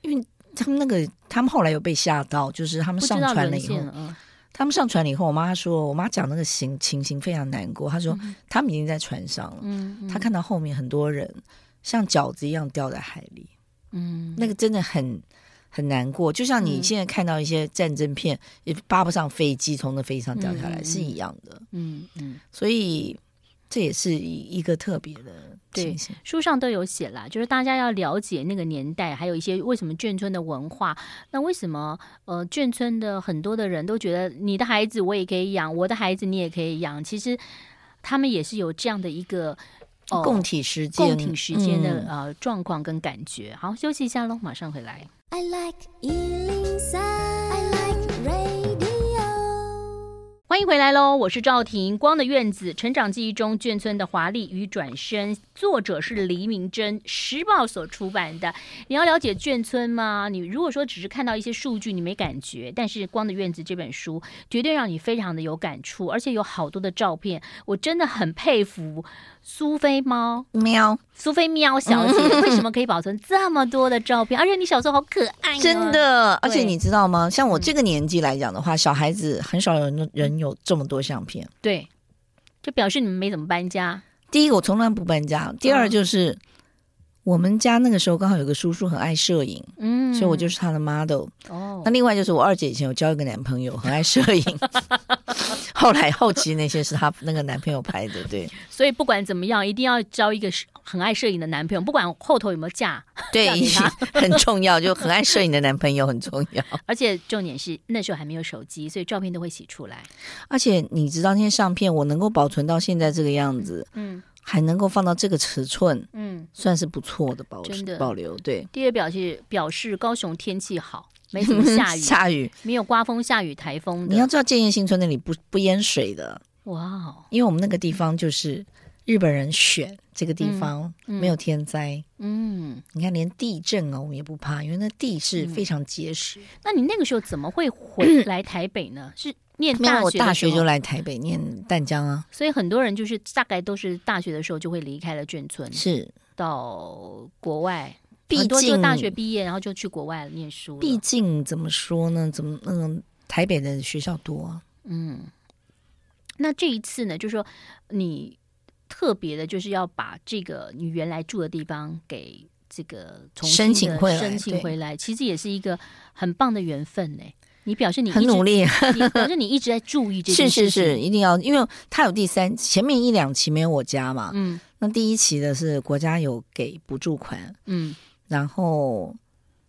Speaker 2: 因为他们那个，他们后来有被吓到，就是他们
Speaker 1: 不知
Speaker 2: 上
Speaker 1: 道
Speaker 2: 船
Speaker 1: 沦
Speaker 2: 了以后
Speaker 1: 陷，了，嗯
Speaker 2: 他们上船了以后，我妈说，我妈讲那个情情形非常难过，她说、他们已经在船上了，
Speaker 1: 嗯，嗯
Speaker 2: 她看到后面很多人像饺子一样掉在海里，
Speaker 1: 嗯
Speaker 2: 那个真的很。很难过，就像你
Speaker 1: 嗯
Speaker 2: 现在看到一些战争片，也扒不上飞机从那飞机上掉下来、
Speaker 1: 嗯嗯
Speaker 2: 是一样的，
Speaker 1: 嗯嗯，
Speaker 2: 所以这也是一一个特别的
Speaker 1: 对
Speaker 2: 情形。
Speaker 1: 书上都有写啦，就是大家要了解那个年代，还有一些为什么眷村的文化。那为什么呃眷村的很多的人都觉得你的孩子我也可以养，我的孩子你也可以养？其实他们也是有这样的一个呃
Speaker 2: 共体时间，
Speaker 1: 共体时间的、
Speaker 2: 嗯
Speaker 1: 呃状况跟感觉。好，休息一下喽，马上回来。
Speaker 3: I like Ealing Sound. I like radio.
Speaker 1: 欢迎回来喽！我是赵婷。《光的院子》成长记忆中眷村的华丽与转身，作者是黎明珍，时报所出版的。你要了解眷村吗？你如果说只是看到一些数据，你没感觉，但是《光的院子》这本书绝对让你非常的有感触，而且有好多的照片，我真的很佩服苏菲猫、
Speaker 2: 嗯喵，
Speaker 1: 苏菲喵小 姐为什么可以保存这么多的照片，而且你小时候好可爱、哦
Speaker 2: 真。的。而且
Speaker 1: 啊对
Speaker 2: 你知道吗？像我这个年纪来讲的话，小孩子很少有人人有这么多相片。
Speaker 1: 对，就表示你们没怎么搬家。
Speaker 2: 第一个，我从来不搬家；第二，就是、我们家那个时候刚好有个叔叔很爱摄影，
Speaker 1: 嗯，
Speaker 2: 所以我就是他的 model。
Speaker 1: 哦
Speaker 2: 那，另外就是我二姐以前有交一个男朋友，很爱摄 影，后来后期那些是她那个男朋友拍的，对
Speaker 1: 所以不管怎么样，一定要交一个是很爱摄影的男朋友，不管后头有没有嫁。
Speaker 2: 对
Speaker 1: 嫁给他，
Speaker 2: 很重要，就很爱摄影的男朋友很重要。
Speaker 1: 而且重点是那时候还没有手机，所以照片都会洗出来。
Speaker 2: 而且你知道那些相片，我能够保存到现在这个样子，
Speaker 1: 嗯
Speaker 2: 还能够放到这个尺寸，
Speaker 1: 嗯。
Speaker 2: 算是不错的保
Speaker 1: 真的
Speaker 2: 保留。对，
Speaker 1: 第二表示表示高雄天气好，没怎么下雨，
Speaker 2: 下雨，
Speaker 1: 没有刮风、下雨、台风
Speaker 2: 你要
Speaker 1: 的。
Speaker 2: 知道建业新村那里不不淹水的，
Speaker 1: 哇哦，
Speaker 2: 因为我们那个地方就是日本人选这个地方、
Speaker 1: 嗯
Speaker 2: 没有天灾。
Speaker 1: 嗯，
Speaker 2: 你看，连地震啊，我们也不怕，因为那地是非常结实。
Speaker 1: 那你那个时候怎么会 回来台北呢？是念
Speaker 2: 没有，
Speaker 1: 大
Speaker 2: 我
Speaker 1: 学的
Speaker 2: 大
Speaker 1: 时
Speaker 2: 学
Speaker 1: 候
Speaker 2: 就来台北念淡江啊，
Speaker 1: 所以很多人就是大概都是大学的时候就会离开了眷村，
Speaker 2: 是。
Speaker 1: 到国外，
Speaker 2: 毕
Speaker 1: 很多就
Speaker 2: 竟
Speaker 1: 大学毕业，然后就去国外念书了。
Speaker 2: 毕竟怎么说呢？怎么嗯，台北的学校多啊。
Speaker 1: 嗯，那这一次呢，就是说你特别的，就是要把这个你原来住的地方给这个重新
Speaker 2: 申请
Speaker 1: 地
Speaker 2: 回来
Speaker 1: 申请
Speaker 2: 对
Speaker 1: 回来，其实也是一个很棒的缘分呢。你表示你
Speaker 2: 很
Speaker 1: 一直
Speaker 2: 努，力，
Speaker 1: 你表示你一直在注意这 件
Speaker 2: 是
Speaker 1: 事
Speaker 2: 是
Speaker 1: 情。
Speaker 2: 是，，一定要，因为他有第三前面一两期没有我家嘛，
Speaker 1: 嗯
Speaker 2: 那第一期的是国家有给补助款，
Speaker 1: 嗯
Speaker 2: 然后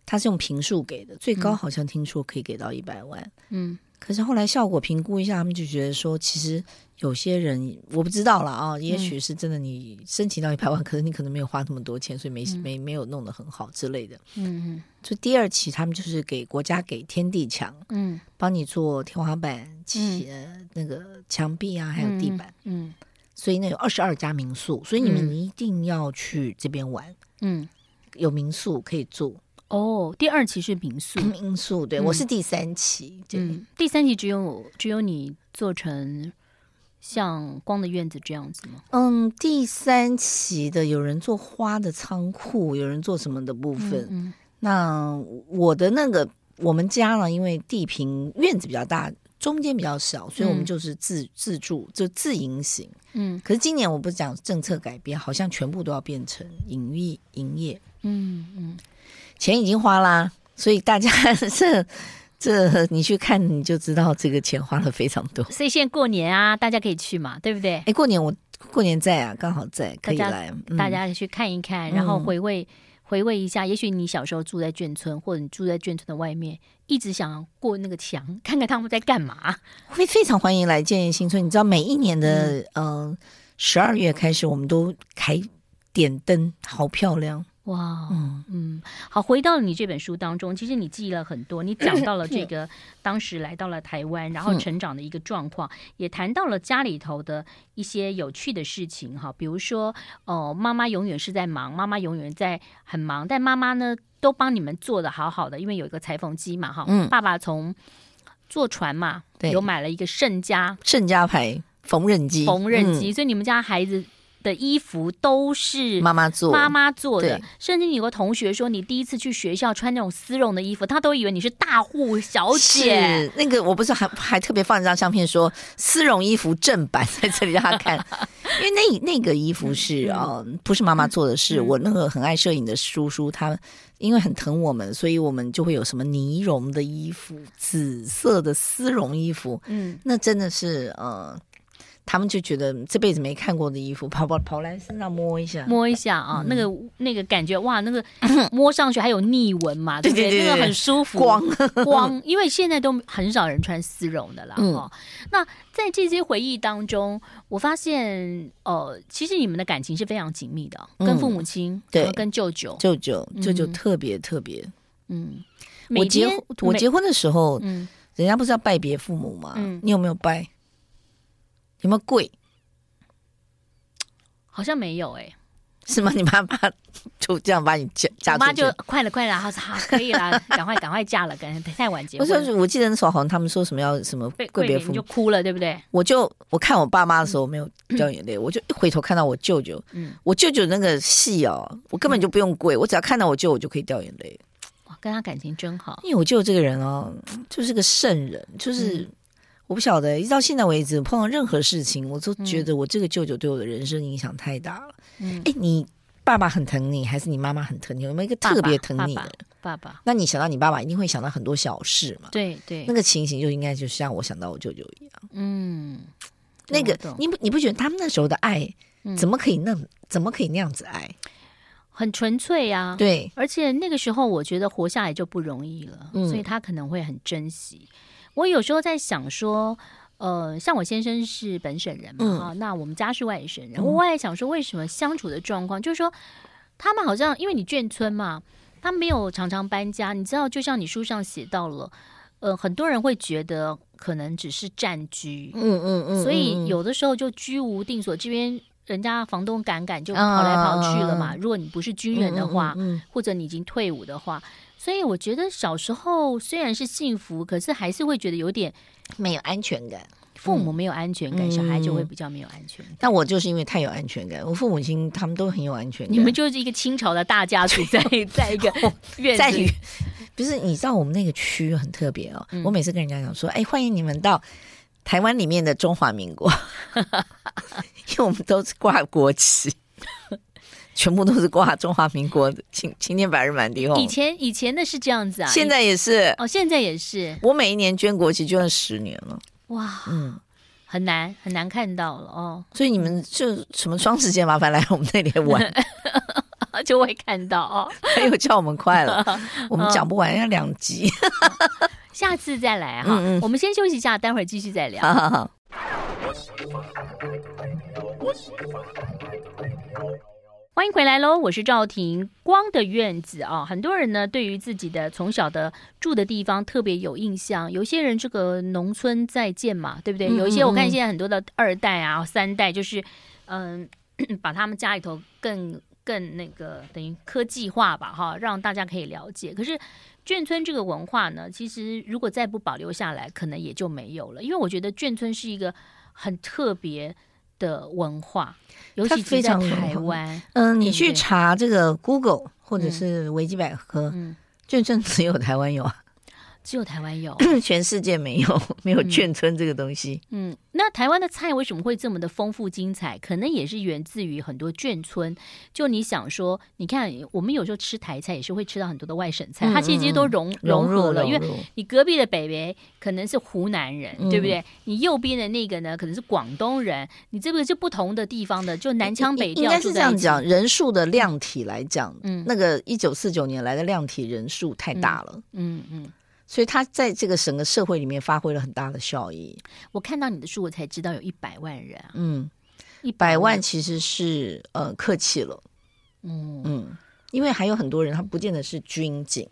Speaker 2: 他是用平数给的，最高好像听说可以给到一百万，
Speaker 1: 嗯
Speaker 2: 可是后来效果评估一下，他们就觉得说，其实有些人我不知道了
Speaker 1: 嗯
Speaker 2: 啊，也许是真的你申请到一百万，可是你可能没有花那么多钱，所以没、没没有弄得很好之类的。
Speaker 1: 嗯
Speaker 2: 所以第二期他们就是给国家给天地墙，
Speaker 1: 嗯
Speaker 2: 帮你做天花板、起、呃那个墙壁啊，还有地板。
Speaker 1: 嗯
Speaker 2: 所以呢有二十二家民宿，所以你们
Speaker 1: 嗯
Speaker 2: 一定要去这边玩，
Speaker 1: 嗯，
Speaker 2: 有民宿可以住。
Speaker 1: 哦，第二期是民 宿。
Speaker 2: 民宿对、
Speaker 1: 嗯
Speaker 2: 我是第三期，对，
Speaker 1: 嗯，第三集只有只有你做成像《光的院子》这样子吗？
Speaker 2: 嗯，第三期的有人做花的仓库，有人做什么的部分。
Speaker 1: 嗯
Speaker 2: 那我的那个我们家呢，因为地平院子比较大。中间比较小，所以我
Speaker 1: 嗯
Speaker 2: 们就是自、自住，就自营型。
Speaker 1: 嗯
Speaker 2: 可是今年我不是讲政策改变，好像全部都要变成营业营业，
Speaker 1: 嗯嗯
Speaker 2: 钱已经花啦，所以大家这这你去看你就知道，这个钱花了非常多。
Speaker 1: 所以现在过年啊，大家可以去嘛，对不对？
Speaker 2: 哎，过年我过年在啊，刚好在，可以
Speaker 1: 大家
Speaker 2: 来。
Speaker 1: 大
Speaker 2: 嗯
Speaker 1: 家去看一看，然后
Speaker 2: 嗯
Speaker 1: 回味、回味一下。也许你小时候住在眷村，或者你住在眷村的外面，一直想过那个墙，看看他们在干嘛。
Speaker 2: 非非常欢迎来建业新村。你知道，每一年的嗯十二、12月开始，我们都开点灯，好漂亮。
Speaker 1: 哇，
Speaker 2: 嗯，
Speaker 1: 嗯，好，回到你这本书当中，其实你记了很多，你讲到 了这个当时来到了台湾，然后
Speaker 2: 嗯
Speaker 1: 成长的一个状况，也谈到了家里头的一些有趣的事情哈，比如说，哦、妈妈永远是在忙，妈妈永远在很忙，但妈妈呢都帮你们做的好好的，因为有一个裁缝机嘛哈，
Speaker 2: 嗯
Speaker 1: 爸爸从坐船嘛，
Speaker 2: 对嗯
Speaker 1: 有买了一个盛家
Speaker 2: 盛家牌缝纫机，
Speaker 1: 缝纫机，所以你们家孩子的衣服都是
Speaker 2: 嗯，妈妈做，
Speaker 1: 妈妈做的
Speaker 2: 对，
Speaker 1: 甚至你有个同学说，你第一次去学校穿那种丝绒的衣服，他都以为你是大户小姐。
Speaker 2: 是那个，我不是还还特别放一张相片说丝绒衣服正版在这里让 他看，因为那那个衣服是啊、呃不是妈妈做的事，
Speaker 1: 嗯
Speaker 2: 我那个很爱摄影的叔叔他。因为很疼我们，所以我们就会有什么呢绒的衣服、紫色的丝绒衣服，
Speaker 1: 嗯，
Speaker 2: 那真的是呃，他们就觉得这辈子没看过的衣服， 跑跑跑来身上摸一下，
Speaker 1: 摸一下啊，那个那个感觉，哇，那 个摸上去还有逆纹嘛，对不
Speaker 2: 对对对
Speaker 1: 那个
Speaker 2: 对
Speaker 1: 很舒服。
Speaker 2: 光
Speaker 1: 光，因为现在都很少人穿丝绒的啦。
Speaker 2: 嗯
Speaker 1: 哦，那在这些回忆当中，我发现，呃，其实你们的感情是非常紧密的，
Speaker 2: 嗯
Speaker 1: 跟父母亲，
Speaker 2: 对
Speaker 1: 然后跟舅舅，
Speaker 2: 舅舅舅舅
Speaker 1: 嗯
Speaker 2: 特别特别。
Speaker 1: 嗯，
Speaker 2: 我
Speaker 1: 每
Speaker 2: 结
Speaker 1: 天
Speaker 2: 我
Speaker 1: 每
Speaker 2: 结婚的时候，
Speaker 1: 嗯，
Speaker 2: 人家不是要拜别父母吗？
Speaker 1: 嗯
Speaker 2: 你有没有拜？有没有跪？
Speaker 1: 好像没有哎、
Speaker 2: 是吗？你妈妈就这样把你嫁
Speaker 1: 我
Speaker 2: 嫁
Speaker 1: 妈
Speaker 2: 出去
Speaker 1: 就？快了快了，她说好可以 啦，赶快赶快嫁了，赶太晚结
Speaker 2: 我
Speaker 1: 婚，
Speaker 2: 说，我记得那时候好像他们说什么要什么
Speaker 1: 被
Speaker 2: 跪
Speaker 1: 跪别
Speaker 2: 别
Speaker 1: 你
Speaker 2: 父
Speaker 1: 就
Speaker 2: 母，
Speaker 1: 哭了，对不对？
Speaker 2: 我就我看我爸妈的时候我没有掉眼泪，我就一回头看到我舅舅，
Speaker 1: 嗯，
Speaker 2: 我舅舅那个戏哦，我根本就不用跪，我只要看到我舅，我就可以掉眼泪。
Speaker 1: 哇，跟她感情真好，
Speaker 2: 因为我舅这个人哦，就是个圣人，就是、
Speaker 1: 嗯
Speaker 2: 我不晓得，一直到现在为止，碰到任何事情，我都觉得我这个舅舅对我的人生影响太大了。
Speaker 1: 嗯，
Speaker 2: 哎、你爸爸很疼你，还是你妈妈很疼你？有没有一个
Speaker 1: 爸
Speaker 2: 特
Speaker 1: 爸
Speaker 2: 别疼你的
Speaker 1: 爸
Speaker 2: 人？
Speaker 1: 爸爸，
Speaker 2: 那你想到你爸爸，一定会想到很多小事嘛？
Speaker 1: 对对
Speaker 2: 那，个情形就应该就像我想到我舅舅一样，
Speaker 1: 嗯，
Speaker 2: 那
Speaker 1: 我
Speaker 2: 个
Speaker 1: 懂
Speaker 2: 你不你不觉得他们那时候的爱
Speaker 1: 嗯
Speaker 2: 怎么可以那、怎么可以那样子爱？
Speaker 1: 很纯粹呀、啊，
Speaker 2: 对，
Speaker 1: 而且那个时候我觉得活下来就不容易了，
Speaker 2: 嗯
Speaker 1: 所以她可能会很珍惜。我有时候在想说。呃，像我先生是本省人嘛，
Speaker 2: 嗯
Speaker 1: 啊，那我们家是外省人。
Speaker 2: 嗯
Speaker 1: 我也想说，为什么相处的状况，就是说他们好像因为你眷村嘛，他没有常常搬家。你知道，就像你书上写到了，呃，很多人会觉得可能只是暂居，
Speaker 2: 嗯嗯嗯，
Speaker 1: 所以
Speaker 2: 嗯
Speaker 1: 有的时候就居无定所。这边人家房东赶赶就
Speaker 2: 啊
Speaker 1: 跑来跑去了嘛。
Speaker 2: 嗯
Speaker 1: 如果你不是军人的话，
Speaker 2: 嗯嗯嗯
Speaker 1: 或者你已经退伍的话，所以我觉得小时候虽然是幸福，可是还是会觉得有点
Speaker 2: 嗯没有安全感。
Speaker 1: 父母没有安全感，
Speaker 2: 嗯
Speaker 1: 小孩就会比较没有安全感。
Speaker 2: 但我就是因为太有安全感，我父母亲他们都很有安全感。哦
Speaker 1: 你们就是一个清朝的大家族 在，在一个院
Speaker 2: 在
Speaker 1: 子
Speaker 2: 于
Speaker 1: 里，
Speaker 2: 不是你知道我们那个区很特别哦。
Speaker 1: 嗯
Speaker 2: 我每次跟人家讲说，哎，欢迎你们到台湾里面的中华民国， 因为我们都是挂国旗， 全部都是挂中华民国的，青青天白日满地红
Speaker 1: 以。前以前的是这样子啊，
Speaker 2: 现在也是，
Speaker 1: 哦，现在也是
Speaker 2: 我每一年捐国旗捐了十年了，
Speaker 1: 哇，
Speaker 2: 嗯，
Speaker 1: 很难很难看到了哦。
Speaker 2: 所以你们就什么双十节麻烦来我们那里玩，
Speaker 1: 就会看到哦，
Speaker 2: 他又叫我们快 了，我们讲不完要两集。
Speaker 1: 下次再来哈。
Speaker 2: 嗯嗯
Speaker 1: 我们先休息一下，待会儿继续再聊。
Speaker 2: 好好好。
Speaker 1: 欢迎回来喽，我是赵婷。光的院子啊、很多人呢对于自己的从小的住的地方特别有印象。有些人这个农村再见嘛，对不对？
Speaker 2: 嗯
Speaker 1: 有一些
Speaker 2: 嗯
Speaker 1: 我看
Speaker 2: 嗯
Speaker 1: 现在很多的二代啊、三代，就是嗯， 把他们家里头更更那个等于科技化吧，哈，让大家可以了解。可是眷村这个文化呢，其实如果再不保留下来，可能也就没有了。因为我觉得眷村是一个很特别的文化，尤
Speaker 2: 它
Speaker 1: 其是
Speaker 2: 非
Speaker 1: 在
Speaker 2: 常有
Speaker 1: 台
Speaker 2: 文化
Speaker 1: 湾。
Speaker 2: 嗯，
Speaker 1: 对
Speaker 2: 你
Speaker 1: 不
Speaker 2: 去
Speaker 1: 对
Speaker 2: 查这个 Google 或者是维基百科，
Speaker 1: 嗯
Speaker 2: 眷村只有台湾有啊。
Speaker 1: 只有台湾有。
Speaker 2: 全世界没有没有眷村这个东西。
Speaker 1: 嗯，那台湾的菜为什么会这么的丰富精彩？可能也是源自于很多眷村。就你想说，你看我们有时候吃台菜也是会吃到很多的外省菜，
Speaker 2: 嗯
Speaker 1: 它其实其实都融
Speaker 2: 融入
Speaker 1: 合了，
Speaker 2: 融
Speaker 1: 因为
Speaker 2: 入
Speaker 1: 你隔壁的北北可能是湖南人，
Speaker 2: 嗯
Speaker 1: 对不对？你右边的那个呢，可能是广东人，你这个就不同的地方的，就南腔北
Speaker 2: 应
Speaker 1: 调
Speaker 2: 应该
Speaker 1: 住
Speaker 2: 是这
Speaker 1: 在一
Speaker 2: 样
Speaker 1: 起
Speaker 2: 讲，，人数的量体来讲，
Speaker 1: 嗯
Speaker 2: 那个一九四九年来的量体人数太大了，
Speaker 1: 嗯嗯。
Speaker 2: 所以它在这个整个社会里面发挥了很大的效益。
Speaker 1: 我看到你的书，我才知道有一百万人啊，
Speaker 2: 嗯，
Speaker 1: 一
Speaker 2: 百万，其实是呃客气了，
Speaker 1: 嗯
Speaker 2: 嗯，因为还有很多人他不见得是军警，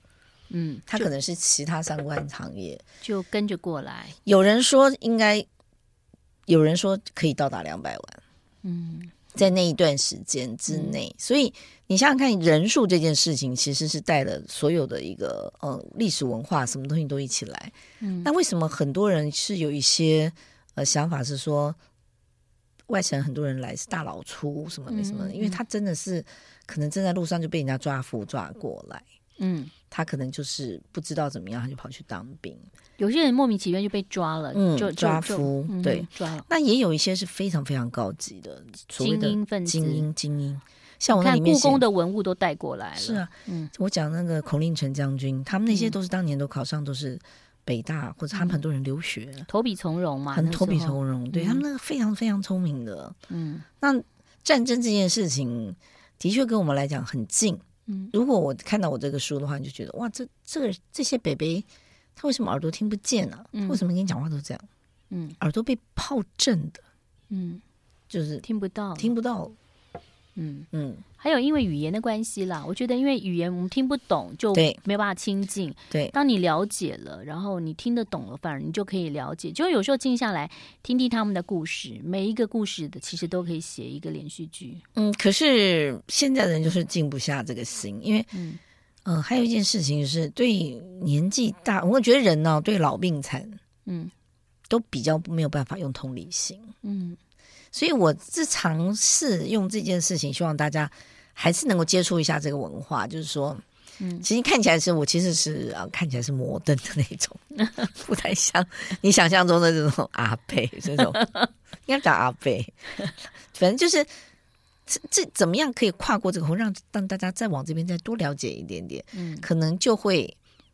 Speaker 1: 嗯，
Speaker 2: 他可能是其他相关行业。
Speaker 1: 就跟着过来，
Speaker 2: 有人说应该，有人说可以到达两百万。
Speaker 1: 嗯
Speaker 2: 在那一段时间之内，所以你想想看，人数这件事情其实是带了所有的一个呃历史文化，什么东西都一起来。
Speaker 1: 嗯
Speaker 2: 那为什么很多人是有一些呃想法是说，外省很多人来是大老粗什么没什么的？
Speaker 1: 嗯
Speaker 2: 因为他真的是可能正在路上就被人家抓捕抓过来，
Speaker 1: 嗯，
Speaker 2: 他可能就是不知道怎么样，他就跑去当兵。
Speaker 1: 有些人莫名其妙就被抓了，
Speaker 2: 嗯
Speaker 1: 就就
Speaker 2: 抓
Speaker 1: 就
Speaker 2: 夫
Speaker 1: 嗯
Speaker 2: 对
Speaker 1: 抓了
Speaker 2: 那也有一些是非常非常高级的所谓
Speaker 1: 精
Speaker 2: 的
Speaker 1: 英分子，
Speaker 2: 精英精英，像我那
Speaker 1: 看
Speaker 2: 里面
Speaker 1: 故
Speaker 2: 写
Speaker 1: 宫的文物都带过来了，
Speaker 2: 是啊，
Speaker 1: 嗯
Speaker 2: 我讲那个孔令辰将军，他们那些
Speaker 1: 嗯
Speaker 2: 都是当年都考上，都是北大、或者他们很多人留学，
Speaker 1: 投笔从戎嘛，嗯
Speaker 2: 很
Speaker 1: 那时
Speaker 2: 投
Speaker 1: 候
Speaker 2: 笔，从戎。对、
Speaker 1: 嗯
Speaker 2: 他们那个非常非常聪明的。
Speaker 1: 嗯
Speaker 2: 那战争这件事情，的确跟我们来讲很近。
Speaker 1: 嗯
Speaker 2: 如果我看到我这个书的话，你就觉得哇，这这个这些北北他为什么耳朵听不见啊？
Speaker 1: 嗯
Speaker 2: 他为什么跟你讲话都这样？
Speaker 1: 嗯
Speaker 2: 耳朵被炮震的，
Speaker 1: 嗯，
Speaker 2: 就是
Speaker 1: 听不到，
Speaker 2: 听，不到。
Speaker 1: 嗯，
Speaker 2: 嗯，
Speaker 1: 还有因为语言的关系啦，我觉得因为语言我们听不懂，就
Speaker 2: 对
Speaker 1: 没有办法亲近，
Speaker 2: 对，
Speaker 1: 当你了解了，然后你听得懂了，反而你就可以了解。就有时候静下来听听他们的故事，每一个故事的其实都可以写一个连续剧。
Speaker 2: 嗯。可是现在的人就是静不下这个心，因为
Speaker 1: 嗯
Speaker 2: 嗯，还有一件事情是对年纪大，我觉得人呢、对老病残
Speaker 1: 嗯
Speaker 2: 都比较没有办法用同理心，
Speaker 1: 嗯
Speaker 2: 所以我是尝试用这件事情，希望大家还是能够接触一下这个文化。就是说，
Speaker 1: 嗯
Speaker 2: 其实看起来是我其实是啊，看起来是摩登的那种， 不太像你想象中的这种阿贝这 种，应该讲阿贝，反正就是。这这怎么样可以跨过这个鸿，让让大家再往这边再多了解一点点？
Speaker 1: 嗯
Speaker 2: 可能就会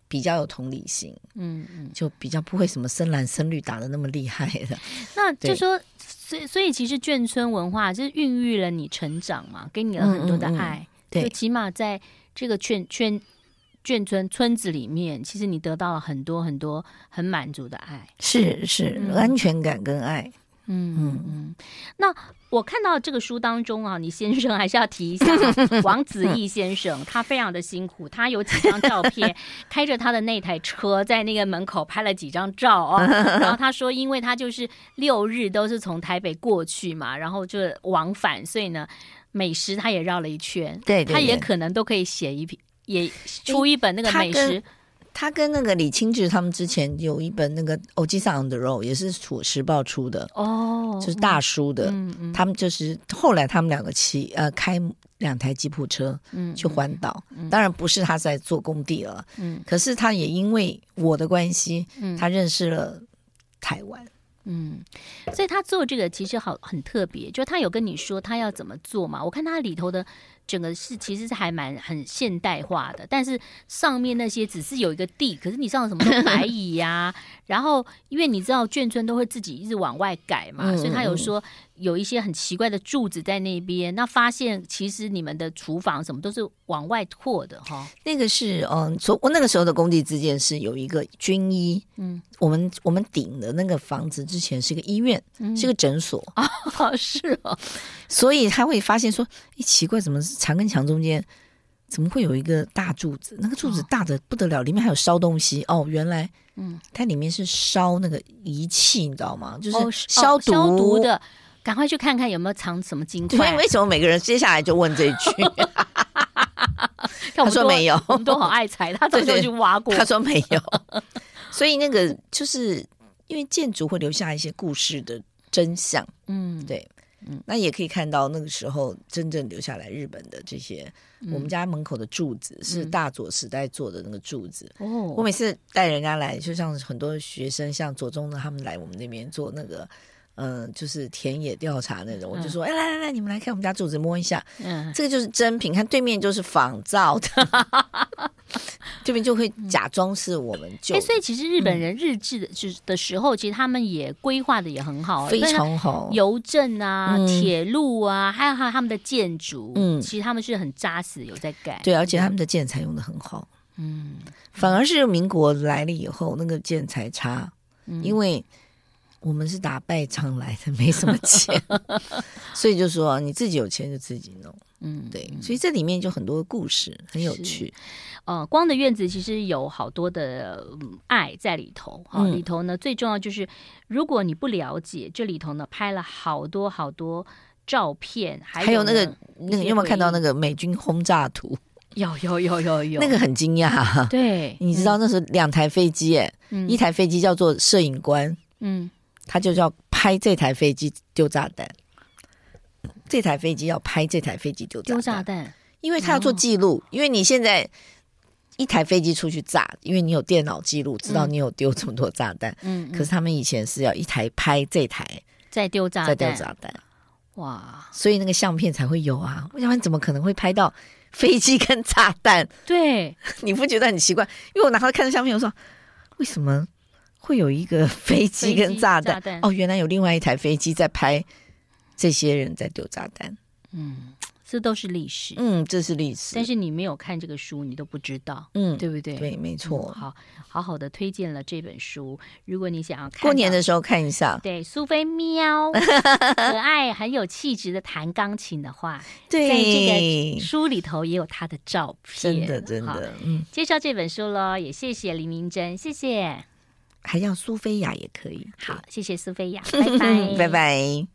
Speaker 2: 比较有同理心，
Speaker 1: 嗯嗯。
Speaker 2: 就比较不会什么深蓝深绿打的那么厉害的。
Speaker 1: 那就
Speaker 2: 对
Speaker 1: 说，所以所以其实眷村文化就是孕育了你成长嘛，给你了很多的
Speaker 2: 嗯嗯嗯
Speaker 1: 爱。
Speaker 2: 对
Speaker 1: 就起码在这个眷眷眷村村子里面，其实你得到了很多很多很满足的爱。
Speaker 2: 是是
Speaker 1: 嗯
Speaker 2: 安全感跟爱。
Speaker 1: 嗯嗯，那我看到这个书当中啊，你先生还是要提一下 啊王子义先生，他非常的辛苦，他有几张照 片，开着他的那台车在那个门口拍了几张照 啊、然后他说，因为他就是六日都是从台北过去嘛，然后就往返，所以呢，美食他也绕了一圈，
Speaker 2: 对对
Speaker 1: 他也
Speaker 2: 对
Speaker 1: 可能都可以写一篇，也出一本那个
Speaker 2: 他
Speaker 1: 美
Speaker 2: 跟
Speaker 1: 食，
Speaker 2: 他跟那个李清志他们之前有一本那个《o g i s on the Road》，也是楚时报出的，
Speaker 1: 哦，
Speaker 2: 就是大叔的。
Speaker 1: 嗯嗯
Speaker 2: 他们就是后来他们两个骑呃开两台吉普车
Speaker 1: 嗯
Speaker 2: 去环岛，当然不是他在做工地了，
Speaker 1: 嗯
Speaker 2: 可是他也因为我的关系，
Speaker 1: 嗯
Speaker 2: 他认识了台湾。
Speaker 1: 嗯，所以他做这个其实好很特别，就他有跟你说他要怎么做嘛？我看他里头的整个是其实是还蛮很现代化的，但是上面那些只是有一个地，可是你上了什么都白蚁呀、然后因为你知道眷村都会自己一直往外改嘛，
Speaker 2: 嗯
Speaker 1: 所以他
Speaker 2: 嗯
Speaker 1: 有
Speaker 2: 嗯
Speaker 1: 说有一些很奇怪的柱子在那边，那发现其实你们的厨房什么都是往外扩的哈，
Speaker 2: 那个是嗯，从我那个时候的工地之间是有一个军医，
Speaker 1: 嗯，
Speaker 2: 我们我们顶的那个房子之前是个医院，
Speaker 1: 嗯
Speaker 2: 是个诊所，
Speaker 1: 是哦，
Speaker 2: 所以他会发现说，哎，奇怪，怎么是墙跟墙中间怎么会有一个大柱子？那个柱子大的不得了，里面还有烧东西哦，原来。
Speaker 1: 哦嗯，
Speaker 2: 它里面是烧那个仪器，你知道吗？就
Speaker 1: 哦
Speaker 2: 是消毒,、
Speaker 1: 消毒。的，赶快去看看有没有藏什么金
Speaker 2: 所
Speaker 1: 块
Speaker 2: 以。为什么每个人接下来就问这一句？
Speaker 1: 看我们
Speaker 2: 他说
Speaker 1: 都
Speaker 2: 没有
Speaker 1: 我们都好爱财，他早
Speaker 2: 对
Speaker 1: 就
Speaker 2: 对
Speaker 1: 去挖过。
Speaker 2: 他说没有，所以那个就是因为建筑会留下一些故事的真相。
Speaker 1: 嗯，
Speaker 2: 对，嗯，那也可以看到那个时候真正留下来日本的这些，我们家门口的柱子是大佐时代做的那个柱子。嗯我
Speaker 1: 哦，
Speaker 2: 每次带人家来，就像很多学生，像左中的他们来我们那边做那个，嗯、就是田野调查那种，我就说，哎、来来来，你们来看我们家柱子，摸一下，
Speaker 1: 嗯，
Speaker 2: 这个就是真品，看对面就是仿造 的，这边就会假装是我们旧
Speaker 1: 哎，
Speaker 2: 的，
Speaker 1: 所以其实日
Speaker 2: 嗯
Speaker 1: 本人日治的就是的时候，其实他们也规划的也很好，
Speaker 2: 非
Speaker 1: 因为他
Speaker 2: 常好。
Speaker 1: 邮政啊、
Speaker 2: 嗯
Speaker 1: 铁路啊，还有还有他们的建筑，嗯，
Speaker 2: 嗯
Speaker 1: 其实他们是很扎实有在改，
Speaker 2: 对，而且他们的建材用的很好，
Speaker 1: 嗯，
Speaker 2: 反而是民国来了以后，那个建材差，
Speaker 1: 嗯，
Speaker 2: 因为我们是打败仗来的，没什么 钱，所以就说你自己有钱就自己弄。
Speaker 1: 嗯，
Speaker 2: 对，所以这里面就很多故事，很有趣。
Speaker 1: 呃，光的院子其实有好多的、嗯爱在里头，哈、
Speaker 2: 嗯
Speaker 1: 里头呢最重要就是，如果你不了解，这里头呢拍了好多好多照片，还
Speaker 2: 还有
Speaker 1: 呢
Speaker 2: 那个那个，
Speaker 1: 一些
Speaker 2: 你有没有看到
Speaker 1: 回
Speaker 2: 那个美军轰炸图？
Speaker 1: 忆有有有有有
Speaker 2: 那个很惊讶，啊
Speaker 1: 对，
Speaker 2: 你知道那是两台飞机，哎，
Speaker 1: 嗯
Speaker 2: 一台飞机叫做摄影官，
Speaker 1: 嗯
Speaker 2: 他就是要拍这台飞机丢炸弹。这台飞机要拍这台飞机丢炸
Speaker 1: 丢
Speaker 2: 弹，
Speaker 1: 炸弹，
Speaker 2: 因为他要做记录，因为你现在一台飞机出去炸，因为你有电脑记录，知道你有丢这么多炸弹。
Speaker 1: 嗯，
Speaker 2: 可是他们以前是要一台拍这台
Speaker 1: 再丢炸
Speaker 2: 再
Speaker 1: 弹，
Speaker 2: 丢炸弹，
Speaker 1: 哇，
Speaker 2: 所以那个相片才会有啊，要不然怎么可能会拍到飞机跟炸弹？
Speaker 1: 对，
Speaker 2: 你不觉得很奇怪？因为我拿到看着相片，我说为什么会有 一个飞机跟炸弹？
Speaker 1: 飞机炸弹
Speaker 2: 哦，原来有另外一台飞机在拍这些人在丢炸弹。
Speaker 1: 嗯，这都是历史，
Speaker 2: 嗯，这是历史。
Speaker 1: 但是你没有看这个书，你都不知道，
Speaker 2: 嗯，
Speaker 1: 对不对？嗯
Speaker 2: 对，没错。
Speaker 1: 好好好的推荐了这本书，如果你想要看
Speaker 2: 过年
Speaker 1: 到
Speaker 2: 的时候看一下，
Speaker 1: 对，苏菲 喵可爱、很有气质的弹钢琴的话，
Speaker 2: 对，
Speaker 1: 在这个书里头也有她的照片，
Speaker 2: 真的真
Speaker 1: 好。
Speaker 2: 的，嗯，
Speaker 1: 介绍这本书喽，也谢谢林明珍，谢谢，
Speaker 2: 还要苏菲亚也可以。 ，
Speaker 1: 好，谢谢苏菲亚，拜拜
Speaker 2: 拜。拜。